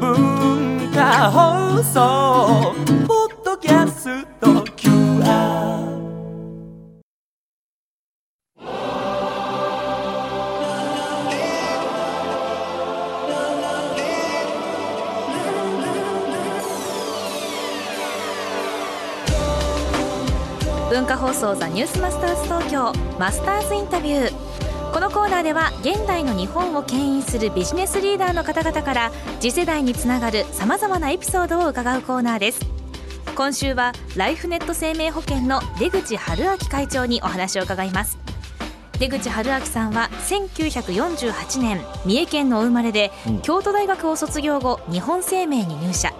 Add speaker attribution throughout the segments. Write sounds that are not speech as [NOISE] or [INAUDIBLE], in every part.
Speaker 1: 文化放送ポッドキャスト QR
Speaker 2: 文化放送ザニュースマスターズ東京マスターズインタビューこのコーナーでは現代の日本を牽引するビジネスリーダーの方々から次世代につながるさまざまなエピソードを伺うコーナーです今週はライフネット生命保険の出口春明会長にお話を伺います出口春明さんは1948年三重県のお生まれで、京都大学を卒業後日本生命に入社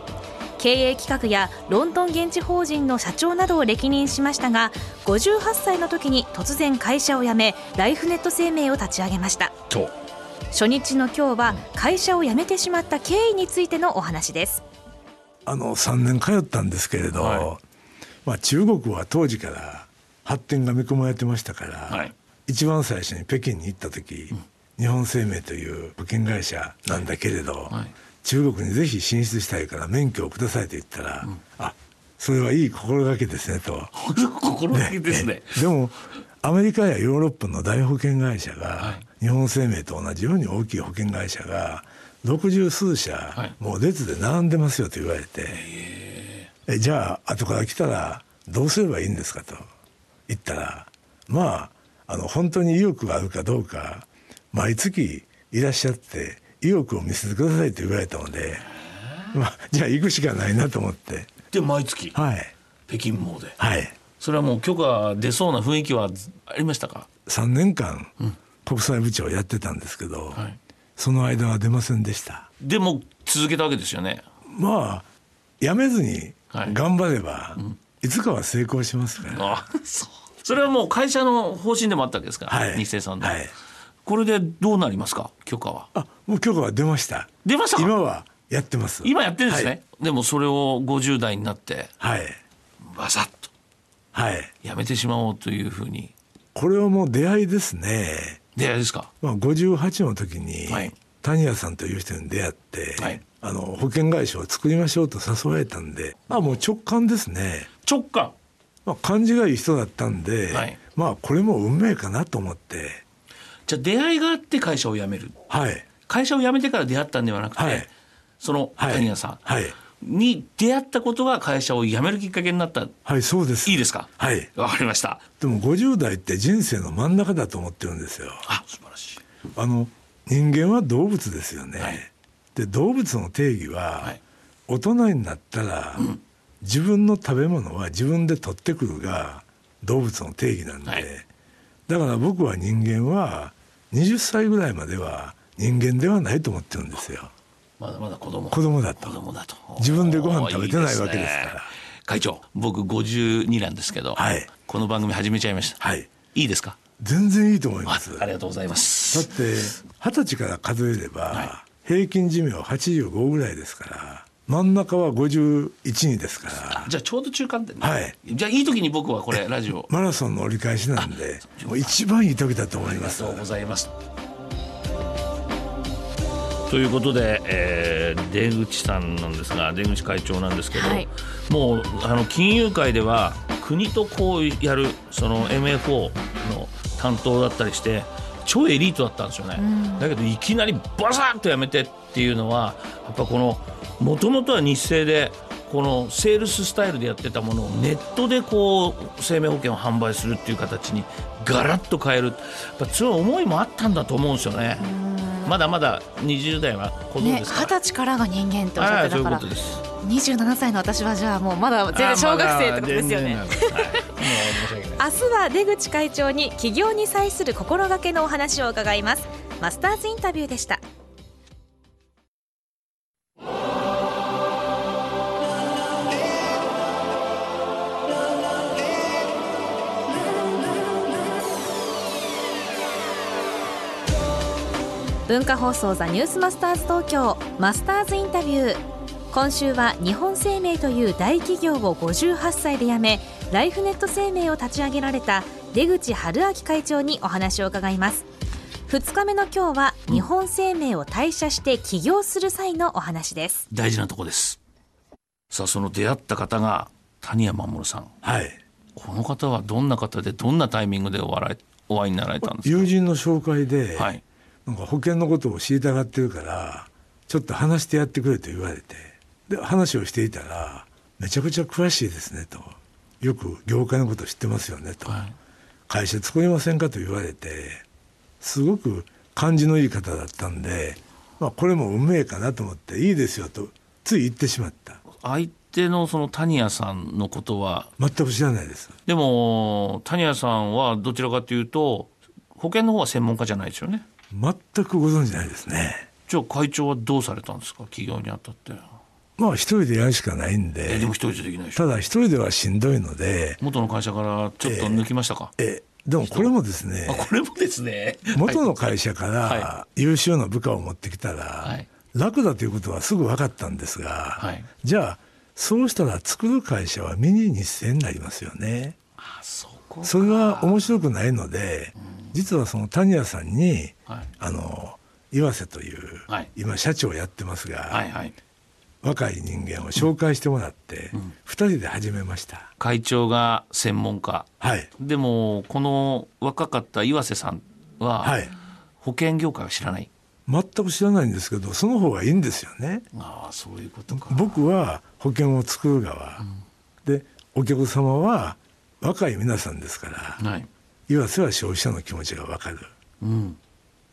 Speaker 2: 経営企画やロンドン現地法人の社長などを歴任しましたが58歳の時に突然会社を辞めライフネット生命を立ち上げました
Speaker 3: そう
Speaker 2: 初日の今日は会社を辞めてしまった経緯についてのお話です
Speaker 3: あの3年通ったんですけれど、
Speaker 4: は
Speaker 3: まあ、中国は当時から発展が見込まれてましたから、
Speaker 4: はい
Speaker 3: 一番最初に北京に行った時、日本生命という保険会社なんだけれど、
Speaker 4: はい
Speaker 3: 中国にぜひ進出したいから免許をくださいと言ったら、あそれはいい心がけですねと。
Speaker 4: [LAUGHS] 心がけですね。
Speaker 3: でもアメリカやヨーロッパの大保険会社が、
Speaker 4: は
Speaker 3: 日本生命と同じように大きい保険会社が60数社、
Speaker 4: い
Speaker 3: もう列で並んでますよと言われて、えじゃあ後から来たらどうすればいいんですかと言ったらまああの本当に意欲があるかどうか毎月いらっしゃって意欲を見せてくださいと言われたので、まあ、じゃあ行くしかないなと思って
Speaker 4: で毎月
Speaker 3: はい
Speaker 4: 北京モーで。
Speaker 3: はい
Speaker 4: それはもう許可出そうな雰囲気はありましたか。
Speaker 3: 3年間、国際部長をやってたんですけど、
Speaker 4: はい
Speaker 3: その間は出ませんでした
Speaker 4: でも続けたわけですよね。
Speaker 3: まあやめずに
Speaker 4: はい
Speaker 3: 頑張れば、いつかは成功しますから、
Speaker 4: あ、そう。それはもう会社の方針でもあったわけですから。
Speaker 3: はい
Speaker 4: 日清さんの、
Speaker 3: はい
Speaker 4: これでどうなりますか。許可は。
Speaker 3: あもう許可は出ました
Speaker 4: 出ましたか
Speaker 3: 今はやってます
Speaker 4: 今やってるんですね。でもそれを50代になって
Speaker 3: はい
Speaker 4: バサッと
Speaker 3: はい、はい
Speaker 4: やめてしまおうというふうに。
Speaker 3: これはもう出会いですね、
Speaker 4: 出会いですか。
Speaker 3: まあ、58の時に、
Speaker 4: はい
Speaker 3: 谷谷さんという人に出会って、
Speaker 4: はい
Speaker 3: あの保険会社を作りましょうと誘われたんであもう直感ですね
Speaker 4: 直感。
Speaker 3: まあ、感じがいい人だったんで、
Speaker 4: はい
Speaker 3: まあこれも運命かなと思って
Speaker 4: じゃあ出会いがあって会社を辞める。
Speaker 3: はい
Speaker 4: 会社を辞めてから出会ったんではなくて、
Speaker 3: はい
Speaker 4: その
Speaker 3: はい
Speaker 4: 谷谷さん、
Speaker 3: はい
Speaker 4: に出会ったことが会社を辞めるきっかけになった。
Speaker 3: はいそうです
Speaker 4: いいですか
Speaker 3: はい
Speaker 4: わかりました。
Speaker 3: でも50代って人生の真ん中だと思ってるんですよ
Speaker 4: あ、素晴らしい。
Speaker 3: あの人間は動物ですよね、
Speaker 4: はい
Speaker 3: で動物の定義は、
Speaker 4: はい
Speaker 3: 大人になったら、自分の食べ物は自分で取ってくるが動物の定義なんで、
Speaker 4: はい
Speaker 3: だから僕は人間は20歳ぐらいまでは人間ではないと思ってるんですよ
Speaker 4: まだまだ子供。
Speaker 3: 子供だと
Speaker 4: 子供だと。
Speaker 3: 自分でご飯食べてないわけですから
Speaker 4: いいね会長、僕52なんですけど、
Speaker 3: はい
Speaker 4: この番組始めちゃいました。
Speaker 3: はい
Speaker 4: いいですか
Speaker 3: 全然いいと思いま
Speaker 4: あ
Speaker 3: す。
Speaker 4: あ
Speaker 3: だっ
Speaker 4: り
Speaker 3: て
Speaker 4: がとうございます。
Speaker 3: 二十歳から数えれば、
Speaker 4: は
Speaker 3: 平均寿命は85ぐらいですから真ん中は51人ですから
Speaker 4: じゃあちょうど中間点ね
Speaker 3: はい
Speaker 4: じゃあいい時に僕はこれ、ラジオ。
Speaker 3: [LAUGHS] マラソンの折り返しなんでもう一番いい時だと思い
Speaker 4: あり
Speaker 3: ま
Speaker 4: が
Speaker 3: す。
Speaker 4: とうございます。ということで、えー出口さんなんですが出口会長なんですけど、
Speaker 2: はい
Speaker 4: もうあの金融界では国とこうやるその MFO の担当だったりして超エリートだったんですよね、だけどいきなりバサッとやめてっていうのはやっぱこのもともとは日清でこのセールススタイルでやってたものをネットでこう生命保険を販売するっていう形にガラッと変えるやっぱ強い思いもあったんだと思うんですよね。まだまだ20代は子供
Speaker 5: ね、
Speaker 4: です
Speaker 5: 二
Speaker 4: から、
Speaker 5: 十歳からが人間っておっしゃ
Speaker 4: は
Speaker 5: っ
Speaker 4: い
Speaker 5: て
Speaker 4: そう
Speaker 5: た
Speaker 4: い
Speaker 5: か
Speaker 4: うこ
Speaker 5: ら
Speaker 4: とです。
Speaker 5: 27歳の私はじゃあもうまだ全然小学生ってことですよね、
Speaker 4: あまだ全然なんですはいもう申し訳ない。
Speaker 2: 明日は出口会長に起業に際する心がけのお話を伺いますマスターズインタビューでした文化放送ザニュースマスターズ東京マスターズインタビュー今週は日本生命という大企業を58歳で辞めライフネット生命を立ち上げられた出口春明会長にお話を伺います2日目の今日は日本生命を退社して起業する際のお話です、
Speaker 4: [LAUGHS] 大事なとこですさあその出会った方が谷谷守さん
Speaker 3: はい
Speaker 4: この方はどんな方でどんなタイミングでお笑いお会いになられたんです
Speaker 3: 友人の紹介で、
Speaker 4: かはい
Speaker 3: なんか保険のことを知りたがってるからちょっと話してやってくれと言われてで話をしていたら「めちゃくちゃ詳しいですね」と「よく業界のこと知ってますよね」と
Speaker 4: はい
Speaker 3: 「会社作りませんか?」と言われてすごく感じのいい方だったんで、まあ、これも運命かなと思って「いいですよ」とつい言ってしまった
Speaker 4: 相手のその谷谷さんのことは
Speaker 3: 全く知らないです
Speaker 4: でも谷谷さんはどちらかというと保険の方は専門家じゃないですよね
Speaker 3: 全くご存じないですね
Speaker 4: じゃあ会長はどうされたんですか企業にあたって
Speaker 3: まあ一人でやるしかないん
Speaker 4: え
Speaker 3: で
Speaker 4: でも一人じゃできないでしょ
Speaker 3: ただ一人ではしんどいので
Speaker 4: 元の会社からちょっと抜きましたか、
Speaker 3: えでもこれもですね
Speaker 4: あこれもですね
Speaker 3: 元の会社か
Speaker 4: は
Speaker 3: ら優秀な部下を持ってきた
Speaker 4: は
Speaker 3: ら
Speaker 4: い
Speaker 3: 楽だということはすぐ分かったんですが、
Speaker 4: はい
Speaker 3: じゃあそうしたら作る会社はミニ日製になりますよね。
Speaker 4: あそこ
Speaker 3: それは面白くないので、実はその谷谷さんに、
Speaker 4: はい
Speaker 3: あの岩瀬という、
Speaker 4: はい
Speaker 3: 今社長をやってますが、
Speaker 4: はいはい
Speaker 3: 若い人間を紹介してもらって、二人で始めました。
Speaker 4: 会長が専門家
Speaker 3: はい
Speaker 4: でもこの若かった岩瀬さんは、
Speaker 3: はい
Speaker 4: 保険業界は知らない
Speaker 3: 全く知らないんですけどその方がいいんですよね。
Speaker 4: ああそういうことか
Speaker 3: 僕は保険を作る側、でお客様は若い皆さんですから
Speaker 4: はい
Speaker 3: 岩瀬は消費者の気持ちが分かる
Speaker 4: うん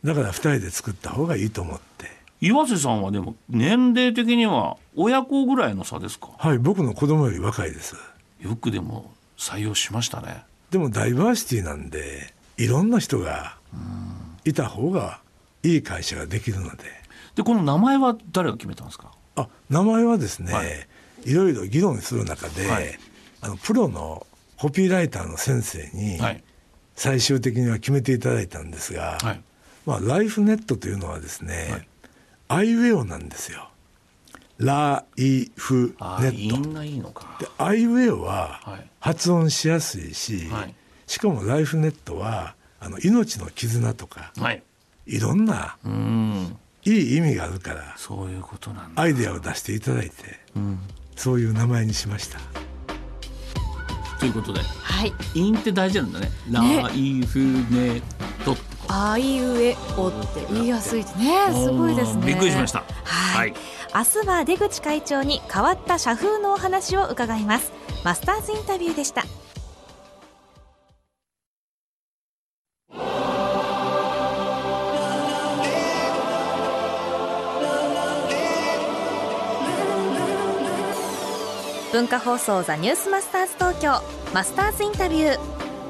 Speaker 3: だから2人で作った方がいいと思って
Speaker 4: 岩瀬さんはでも年齢的には親子ぐらいの差ですか
Speaker 3: はい僕の子供より若いです
Speaker 4: よくでも採用しましたね
Speaker 3: でもダイバーシティなんでいろんな人がいた方がいい会社ができるので
Speaker 4: でこの名前は誰が決めたんですか
Speaker 3: あ名前はですね、
Speaker 4: はい
Speaker 3: い、ろいろ議論する中で、
Speaker 4: はい
Speaker 3: あのプロのコピーライターの先生に
Speaker 4: はい
Speaker 3: 最終的には決めていただいたんですが、
Speaker 4: はい
Speaker 3: まあ、ライフネットというのはですね、アイウェオなんですよ。ライフネ
Speaker 4: ああ
Speaker 3: ット。
Speaker 4: 因がいいのか
Speaker 3: でアイウェオは
Speaker 4: はい
Speaker 3: 発音しやすいし、
Speaker 4: はい
Speaker 3: しかもライフネットはあの命の絆とか
Speaker 4: はい
Speaker 3: いろんな
Speaker 4: うん
Speaker 3: いい意味があるから
Speaker 4: そういうことなんだ
Speaker 3: アイデアを出していただいて、そういう名前にしました。
Speaker 4: ということで
Speaker 5: はい
Speaker 4: 因って大事なんだね
Speaker 5: ね
Speaker 4: ライフネットって
Speaker 5: あいうえおって言いやすいってねすごいですね
Speaker 4: びっくりしました
Speaker 2: はい明日は出口会長に変わった社風のお話を伺いますマスターズインタビューでした文化放送ザニュースマスターズ東京マスターズインタビュー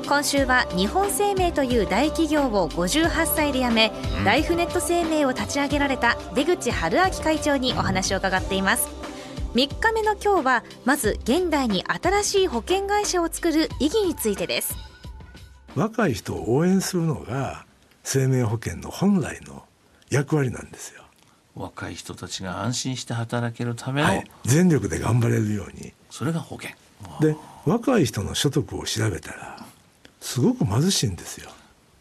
Speaker 2: 今週は日本生命という大企業を58歳で辞め、ライフネット生命を立ち上げられた出口春明会長にお話を伺っています3日目の今日はまず現代に新しい保険会社を作る意義についてです
Speaker 3: 若い人を応援するのが生命保険の本来の役割なんですよ。
Speaker 4: 若い人たちが安心して働けるための、
Speaker 3: はい、全力で頑張れるように
Speaker 4: それが保険
Speaker 3: で若い人の所得を調べたらすごく貧しいんですよ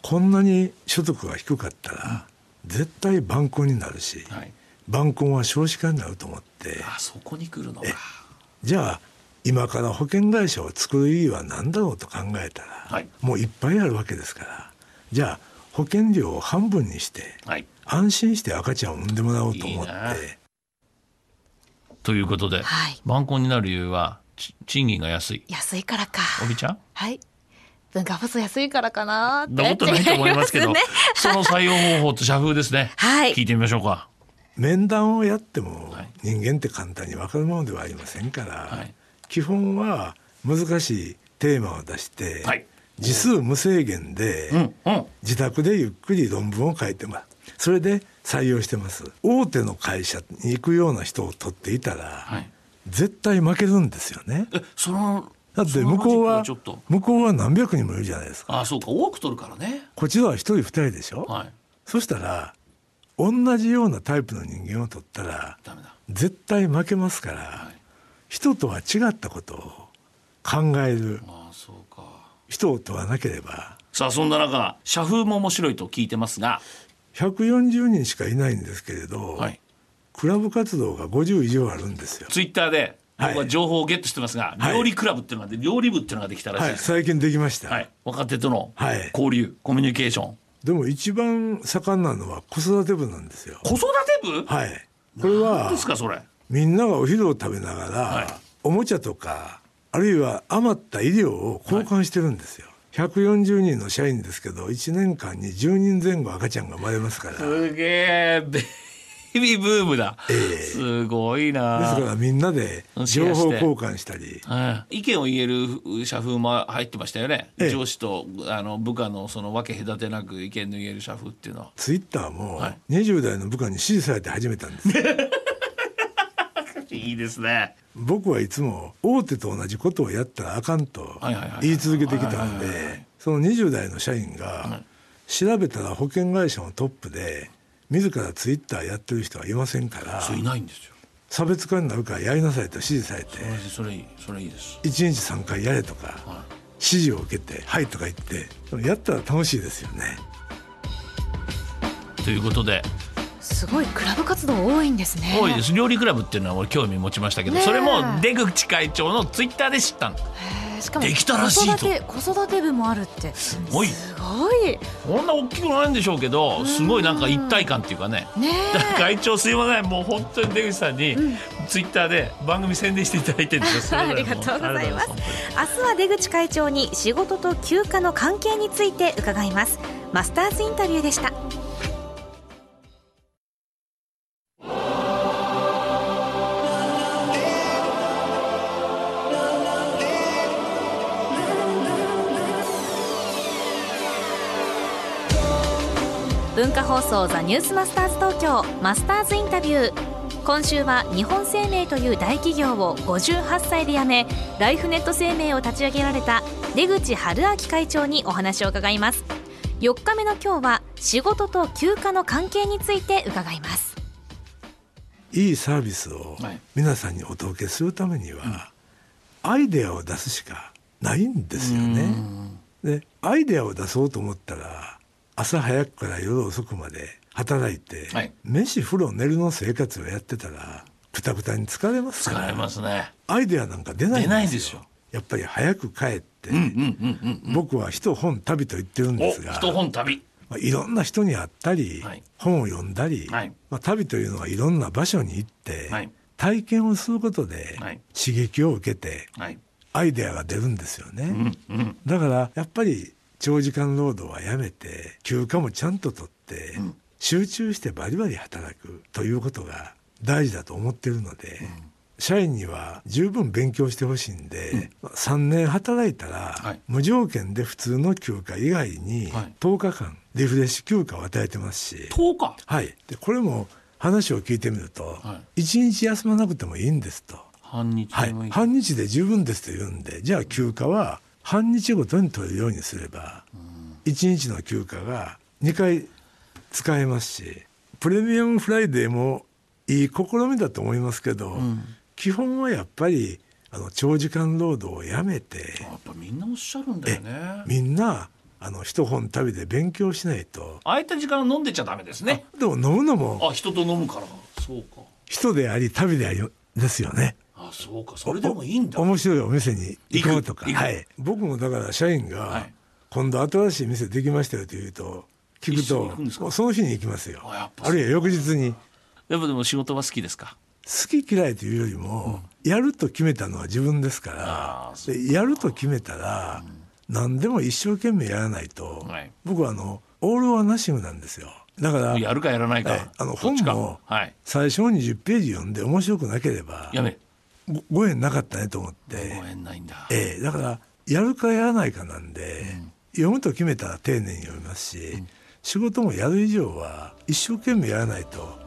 Speaker 3: こんなに所得が低かったら、絶対晩婚になるし、
Speaker 4: はい
Speaker 3: 晩婚は少子化になると思って
Speaker 4: あそこに来るのか
Speaker 3: じゃあ今から保険会社を作る意義は何だろうと考えたら、
Speaker 4: はい
Speaker 3: もういっぱいあるわけですからじゃあ保険料を半分にして
Speaker 4: はい
Speaker 3: 安心して赤ちゃんを産んでもらおうと思って
Speaker 4: いいねということで、
Speaker 5: はい
Speaker 4: 晩婚になる理由はち賃金が安い
Speaker 5: 安いからか
Speaker 4: おびちゃん
Speaker 5: はい文化放送安いからかなって
Speaker 4: なことないと思いますけど
Speaker 5: 違ね
Speaker 4: そ
Speaker 2: [LAUGHS]
Speaker 4: の採用方法と社風ですね、
Speaker 5: はい
Speaker 4: 聞いてみましょうか
Speaker 3: 面談をやっても
Speaker 4: はい
Speaker 3: 人間って簡単に分かるものではありませんから、
Speaker 4: はい
Speaker 3: 基本は難しいテーマを出して、
Speaker 4: はい
Speaker 3: 字数無制限で、
Speaker 4: うんうん
Speaker 3: 自宅でゆっくり論文を書いてますそれで採用してます大手の会社に行くような人を取っていたら、
Speaker 4: はい
Speaker 3: 絶対負けるんですよね
Speaker 4: えその
Speaker 3: だって向こうは
Speaker 4: そのロジックをちょっと
Speaker 3: 向こうは何百人もいるじゃないですか
Speaker 4: あそうか多く取るからね
Speaker 3: こちらは一人二人でしょ、
Speaker 4: はい
Speaker 3: そしたら同じようなタイプの人間を取ったら
Speaker 4: ダメだ
Speaker 3: 絶対負けますから、人とは違ったことを考える
Speaker 4: あそうか
Speaker 3: 人を問わなければ
Speaker 4: さあそんな中社風も面白いと聞いてますが、
Speaker 3: 140人しかいないんですけれど、
Speaker 4: はい、
Speaker 3: クラブ活動が50以上あるんですよ。
Speaker 4: ツイッターで
Speaker 3: はい
Speaker 4: 僕は情報をゲットしてますが、
Speaker 3: はい
Speaker 4: 料理クラブっていうのがで料理部っていうのができたらしい
Speaker 3: は
Speaker 4: で
Speaker 3: い、
Speaker 4: す、
Speaker 3: 最近できました、
Speaker 4: はい若手との
Speaker 3: はい
Speaker 4: 交流、コミュニケーション
Speaker 3: でも一番盛んなのは子育て部なんですよ。
Speaker 4: 子育て部、
Speaker 3: はい、これは
Speaker 4: 何ですかそれ
Speaker 3: みんながお昼を食べながら、
Speaker 4: はい
Speaker 3: おもちゃとかあるいは余った医療を交換してるんですよ、140人の社員ですけど1年間に10人前後赤ちゃんが生まれますからです
Speaker 4: すげえベイビーブームだ、すごい
Speaker 3: か
Speaker 4: な
Speaker 3: らみんなで
Speaker 4: シェ
Speaker 3: 情
Speaker 4: アして
Speaker 3: 報交換したり
Speaker 4: はい意見を言える社風も入ってましたよね、
Speaker 3: ええ
Speaker 4: 上司とあの部下のその分け隔てなく意見の言える社風っていうのは
Speaker 3: ツイッターも
Speaker 4: はい
Speaker 3: 20代の部下に支持されて始めたんですよ、
Speaker 4: いいですね
Speaker 3: 僕はいつも大手と同じことをやったらあかんと
Speaker 4: はいはいはい
Speaker 3: 言い続けてきたん
Speaker 4: はいはいはいは
Speaker 3: でその20代の社員が調べたら保険会社のトップで自らツイッターやってる人はいませんから
Speaker 4: そういないんですよ
Speaker 3: 差別化になるからやりなさいと指示されて
Speaker 4: それそれいいそれいいです
Speaker 3: 1日3回やれとか
Speaker 4: はい
Speaker 3: 指示を受けて「はい」とか言ってやったら楽しいですよね。
Speaker 4: ということです
Speaker 5: ごいクラブ活動多いんですね
Speaker 4: 多いです料理クラブっていうのは俺興味持ちましたけど
Speaker 5: ねえ
Speaker 4: それも出口会長のツイッターで知ったの
Speaker 5: へーしかも
Speaker 4: できたらしいと
Speaker 5: 子育て子育て部もあるってす
Speaker 4: ごい
Speaker 5: すごい
Speaker 4: こんな大きくないんでしょうけどすごいなんか一体感っていうかね
Speaker 5: ね
Speaker 4: だから会長すいませんもう本当に出口さんにツイッターで番組宣伝していただいてるんですよそれぞ
Speaker 2: [LAUGHS] あり
Speaker 4: れも
Speaker 2: がとうございます
Speaker 4: ありがとうございま
Speaker 2: [LAUGHS]
Speaker 4: す
Speaker 2: 明日は出口会長に仕事と休暇の関係について伺いますマスターズインタビューでした文化放送ザニュースマスターズ東京マスターズインタビュー今週は日本生命という大企業を58歳で辞めライフネット生命を立ち上げられた出口春明会長にお話を伺います4日目の今日は仕事と休暇の関係について伺います
Speaker 3: いいサービスを
Speaker 4: はい
Speaker 3: 皆さんにお届けするためにはアイデアを出すしかないんですよね。でアイデアを出そうと思ったら朝早くから夜遅くまで働いて、
Speaker 4: はい
Speaker 3: 飯風呂寝るの生活をやってたらくたくたに疲れますから
Speaker 4: 疲れますね
Speaker 3: アイデアなんか出ないん
Speaker 4: 出ないですよ
Speaker 3: やっぱり早く帰って、
Speaker 4: うんうんうん
Speaker 3: 僕は一本旅と言ってるん
Speaker 4: うんお
Speaker 3: ですが
Speaker 4: 一本旅
Speaker 3: まあ、いろんな人に会ったり、
Speaker 4: はい
Speaker 3: 本を読んだり、
Speaker 4: はい
Speaker 3: まあ、旅というのはいろんな場所に行って、
Speaker 4: はい
Speaker 3: 体験をすることで
Speaker 4: はい
Speaker 3: 刺激を受けて
Speaker 4: はい
Speaker 3: アイデアが出るんですよね、
Speaker 4: うんうん
Speaker 3: だからやっぱり長時間労働はやめて休暇もちゃんと取って、集中してバリバリ働くということが大事だと思ってるので、社員には十分勉強してほしいんで、まあ3年働いたら、
Speaker 4: はい
Speaker 3: 無条件で普通の休暇以外に
Speaker 4: はい
Speaker 3: 10日間リフレッシュ休暇を与えてますし、
Speaker 4: 10日
Speaker 3: はい、でこれも話を聞いてみると、
Speaker 4: は
Speaker 3: 一1日休まなくてもいいんですと。
Speaker 4: 半日
Speaker 3: はい
Speaker 4: も、いい
Speaker 3: 半日で十分ですと言うんでじゃあ休暇は半日ごとに取れるようにすれば1日の休暇が2回使えますしプレミアムフライデーもいい試みだと思いますけど、基本はやっぱりあの長時間労働をやめて
Speaker 4: やっぱみんなおっしゃるんだよね
Speaker 3: みんなあの一本旅で勉強しないと
Speaker 4: 空いた時間飲んでちゃダメですね
Speaker 3: でも飲むのも
Speaker 4: あ人と飲むからそうか
Speaker 3: 人であり旅でありですよね。
Speaker 4: あそうかそれでもいいんだ
Speaker 3: お面白いお店に行こうとか、
Speaker 4: 行く行く
Speaker 3: はい、僕もだから社員
Speaker 4: は
Speaker 3: が
Speaker 4: い
Speaker 3: 「今度新しい店できましたよ」と言うと聞
Speaker 4: 一緒に行くんで
Speaker 3: く
Speaker 4: す
Speaker 3: と
Speaker 4: か
Speaker 3: もうその日に行きますよ
Speaker 4: あやっ
Speaker 3: あ
Speaker 4: ぱ
Speaker 3: るいは翌日に
Speaker 4: やっぱでも仕事は好きですか
Speaker 3: 好き嫌いというよりも、やると決めたのは自分ですか
Speaker 4: あー
Speaker 3: らでやると決めたら、何でも一生懸命やらないと、
Speaker 4: はい
Speaker 3: 僕はあのオール・オア・ナシングなんですよだから
Speaker 4: やるかやらない
Speaker 3: はい
Speaker 4: か
Speaker 3: あの
Speaker 4: どっちか
Speaker 3: 本も
Speaker 4: はい
Speaker 3: 最初に10ページ読んで面白くなければ
Speaker 4: やめ
Speaker 3: ごご縁なかったねと思って。
Speaker 4: ご縁ないんだ
Speaker 3: ええだからやるかやらないかなんで、読むと決めたら丁寧に読みますし、仕事もやる以上は一生懸命やらないと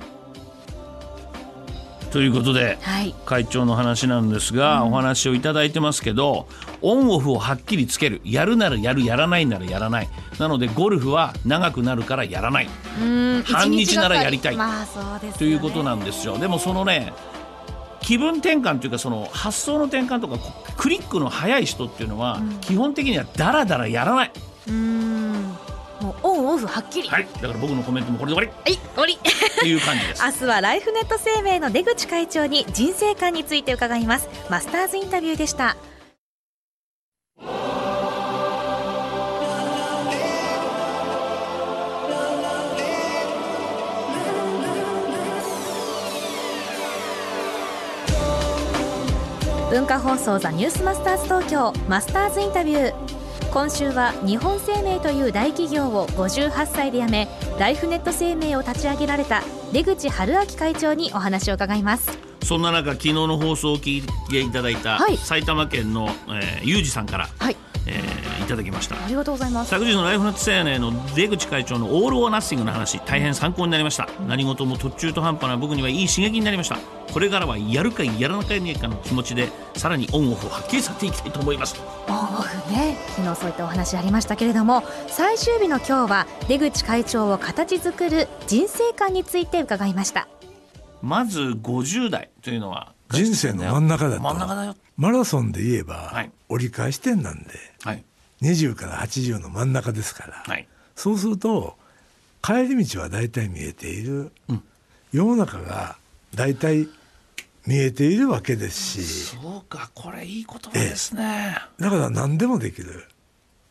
Speaker 4: ということで
Speaker 5: はい
Speaker 4: 会長の話なんですが、お話をいただいてますけどオンオフをはっきりつけるやるならやるやらないならやらないなのでゴルフは長くなるからやらない
Speaker 5: うん
Speaker 4: 半日
Speaker 5: 一がか
Speaker 4: ならやりたい
Speaker 5: まあそうですよね
Speaker 4: ということなんですよでもそのね気分転換というかその発想の転換とかこクリックの早い人っていうのは基本的にはダラダラやらない
Speaker 5: うーんもうオンオフはっきり
Speaker 4: はいだから僕のコメントもこれで終わ
Speaker 5: はい、終わり
Speaker 4: りっていう感じ
Speaker 5: [LAUGHS]
Speaker 4: で
Speaker 2: [LAUGHS]
Speaker 4: す
Speaker 2: 明日はライフネット生命の出口会長に人生観について伺いますマスターズインタビューでした文化放送ザニュースマスターズ東京マスターズインタビュー今週は日本生命という大企業を58歳で辞めライフネット生命を立ち上げられた出口春明会長にお話を伺います
Speaker 4: そんな中昨日の放送を聞いていただいた
Speaker 5: はい
Speaker 4: 埼玉県の、えー、ゆうじさんから、
Speaker 5: はい
Speaker 4: えーいただきました
Speaker 5: ありがとうございます
Speaker 4: 昨日のライフネット生命の出口会長のオール・オー・ナッシングの話大変参考になりました何事も途中と半端な僕にはいい刺激になりましたこれからはやるかやらなきゃいけないかの気持ちでさらにオンオフをはっきりさせていきたいと思います
Speaker 2: オンオフね昨日そういったお話ありましたけれども最終日の今日は出口会長を形作る人生観について伺いました
Speaker 4: まず50代というのは
Speaker 3: 人生の真ん中だと
Speaker 4: 真ん中だよ
Speaker 3: マラソンで言えば、
Speaker 4: はい
Speaker 3: 折り返し点なんで
Speaker 4: はい
Speaker 3: 20から80の真ん中ですから、
Speaker 4: はい
Speaker 3: そうすると帰り道は大体見えている、世の中が大体見えているわけですし
Speaker 4: そうかこれいい言葉ですね、
Speaker 3: だから何でもできる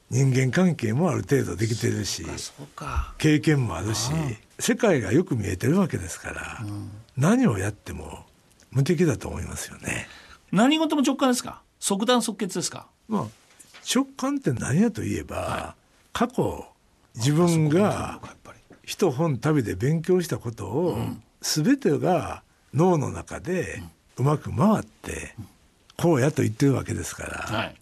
Speaker 3: 人間関係もある程度できてるし
Speaker 4: そうか
Speaker 3: 経験もあるし世界がよく見えてるわけですから、何をやっても無敵だと思いますよね。
Speaker 4: 何事も直感ですか即断即決ですか
Speaker 3: まあ、直感って何やといえば、過去自分が
Speaker 4: やっぱり
Speaker 3: 一本旅で勉強したことを、全てが脳の中でうまく回って、こうやと言ってるわけですから、
Speaker 4: はい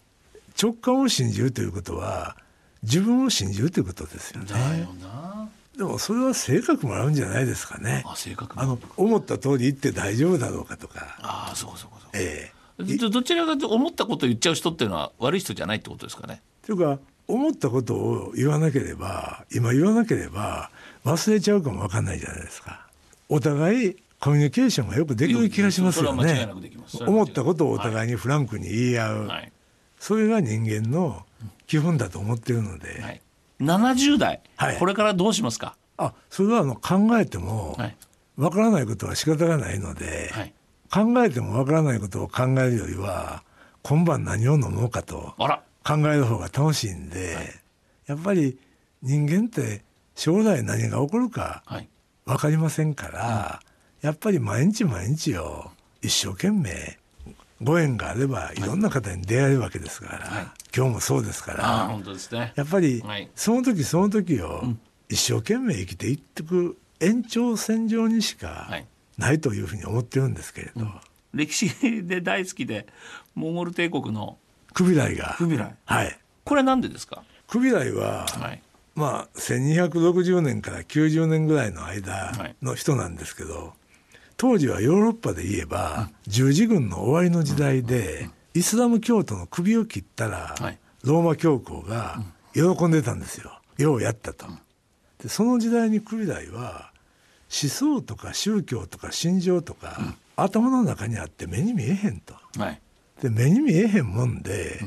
Speaker 3: 直感を信じるということは自分を信じるということですよ
Speaker 4: だよ
Speaker 3: ね。
Speaker 4: な
Speaker 3: でもそれは性格もあるんじゃないですかね。
Speaker 4: あ性格も
Speaker 3: あの思った通り言って大丈夫だろうかとか、
Speaker 4: ああそうかそうかそうか
Speaker 3: ええ
Speaker 4: どどちらかというと思ったことを言っちゃう人っていうのは悪い人じゃないってことですかね
Speaker 3: というか思ったことを言わなければ今言わなければ忘れちゃうかもわかんないじゃないですかお互いコミュニケーションがよくできる気がしますよ
Speaker 4: それは間違い
Speaker 3: ね
Speaker 4: なくできますそれは間違い
Speaker 3: 思
Speaker 4: なく
Speaker 3: ったことをお互いにフランクに言い合う、
Speaker 4: はい、
Speaker 3: それが人間の基本だと思ってるので、
Speaker 4: はい、70代、
Speaker 3: はい
Speaker 4: これからどうしますか
Speaker 3: あそれはあの考えても
Speaker 4: はい
Speaker 3: わからないことは仕方がないので、
Speaker 4: はい
Speaker 3: 考えてもわからないことを考えるよりは今晩何を飲もうかと
Speaker 4: あら
Speaker 3: 考える方が楽しいんで、やっぱり人間って将来何が起こるか
Speaker 4: はい
Speaker 3: 分かりませんから、やっぱり毎日毎日を一生懸命ご縁があればいろんな方に出会えるわけですから、
Speaker 4: はい
Speaker 3: 今日もそうですから、
Speaker 4: ああ本当ですね
Speaker 3: やっぱり
Speaker 4: はい
Speaker 3: その時その時を一生懸命生きていってく延長線上にしか
Speaker 4: はい
Speaker 3: ないというふうに思ってるんですけれど、
Speaker 4: 歴史で大好きでモンゴル帝国の
Speaker 3: クビライが、
Speaker 4: ビライ
Speaker 3: はい、
Speaker 4: これなんでですか
Speaker 3: クビライは、
Speaker 4: はい
Speaker 3: まあ、1260年から90年ぐらいの間の人なんですけど、当時はヨーロッパで言えば、十字軍の終わりの時代で、イスラム教徒の首を切ったら、
Speaker 4: はい
Speaker 3: ローマ教皇が喜んでたんですよ。ようやったと。でその時代にクビライは思想とか宗教とか信条とか、頭の中にあって目に見えへんと。
Speaker 4: はい
Speaker 3: で目に見えへんもんで、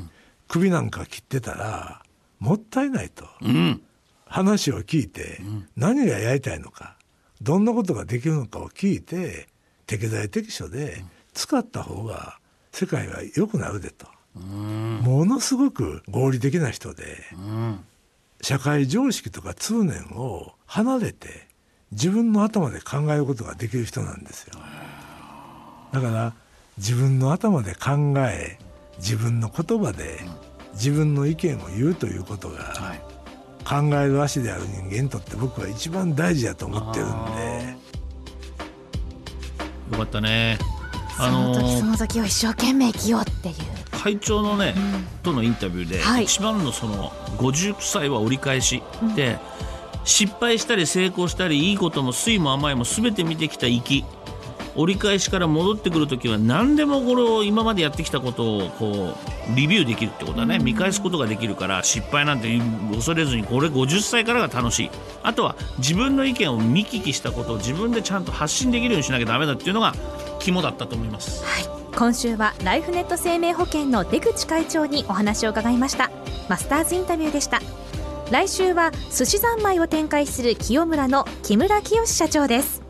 Speaker 3: 首なんか切ってたらもったいないと。
Speaker 4: うん
Speaker 3: 話を聞いて、何がやりたいのかどんなことができるのかを聞いて適材適所で使った方が世界は良くなるでと、ものすごく合理的な人で、社会常識とか通念を離れて自分の頭で考えることができる人なんですよ。だから自分の頭で考え自分の言葉で自分の意見を言うということが、
Speaker 4: はい
Speaker 3: 考える足である人間にとって僕は一番大事だと思ってるんで
Speaker 4: よかったね
Speaker 5: そ
Speaker 4: あ
Speaker 5: の
Speaker 4: の
Speaker 5: 時その時を一生懸命生きようっていう
Speaker 4: 会長のね、とのインタビューで、
Speaker 5: はい
Speaker 4: 一番のその50歳は折り返しで、失敗したり成功したりいいことも酸いも甘いも全て見てきた生き折り返しから戻ってくる時は何でもこれを今までやってきたことをこうリビューできるってことだね、見返すことができるから失敗なんて恐れずにこれ50歳からが楽しいあとは自分の意見を見聞きしたことを自分でちゃんと発信できるようにしなきゃダメだっていうのが肝だったと思います。
Speaker 2: はい今週はライフネット生命保険の出口会長にお話を伺いましたマスターズインタビューでした来週は寿司三昧を展開する清村の木村清社長です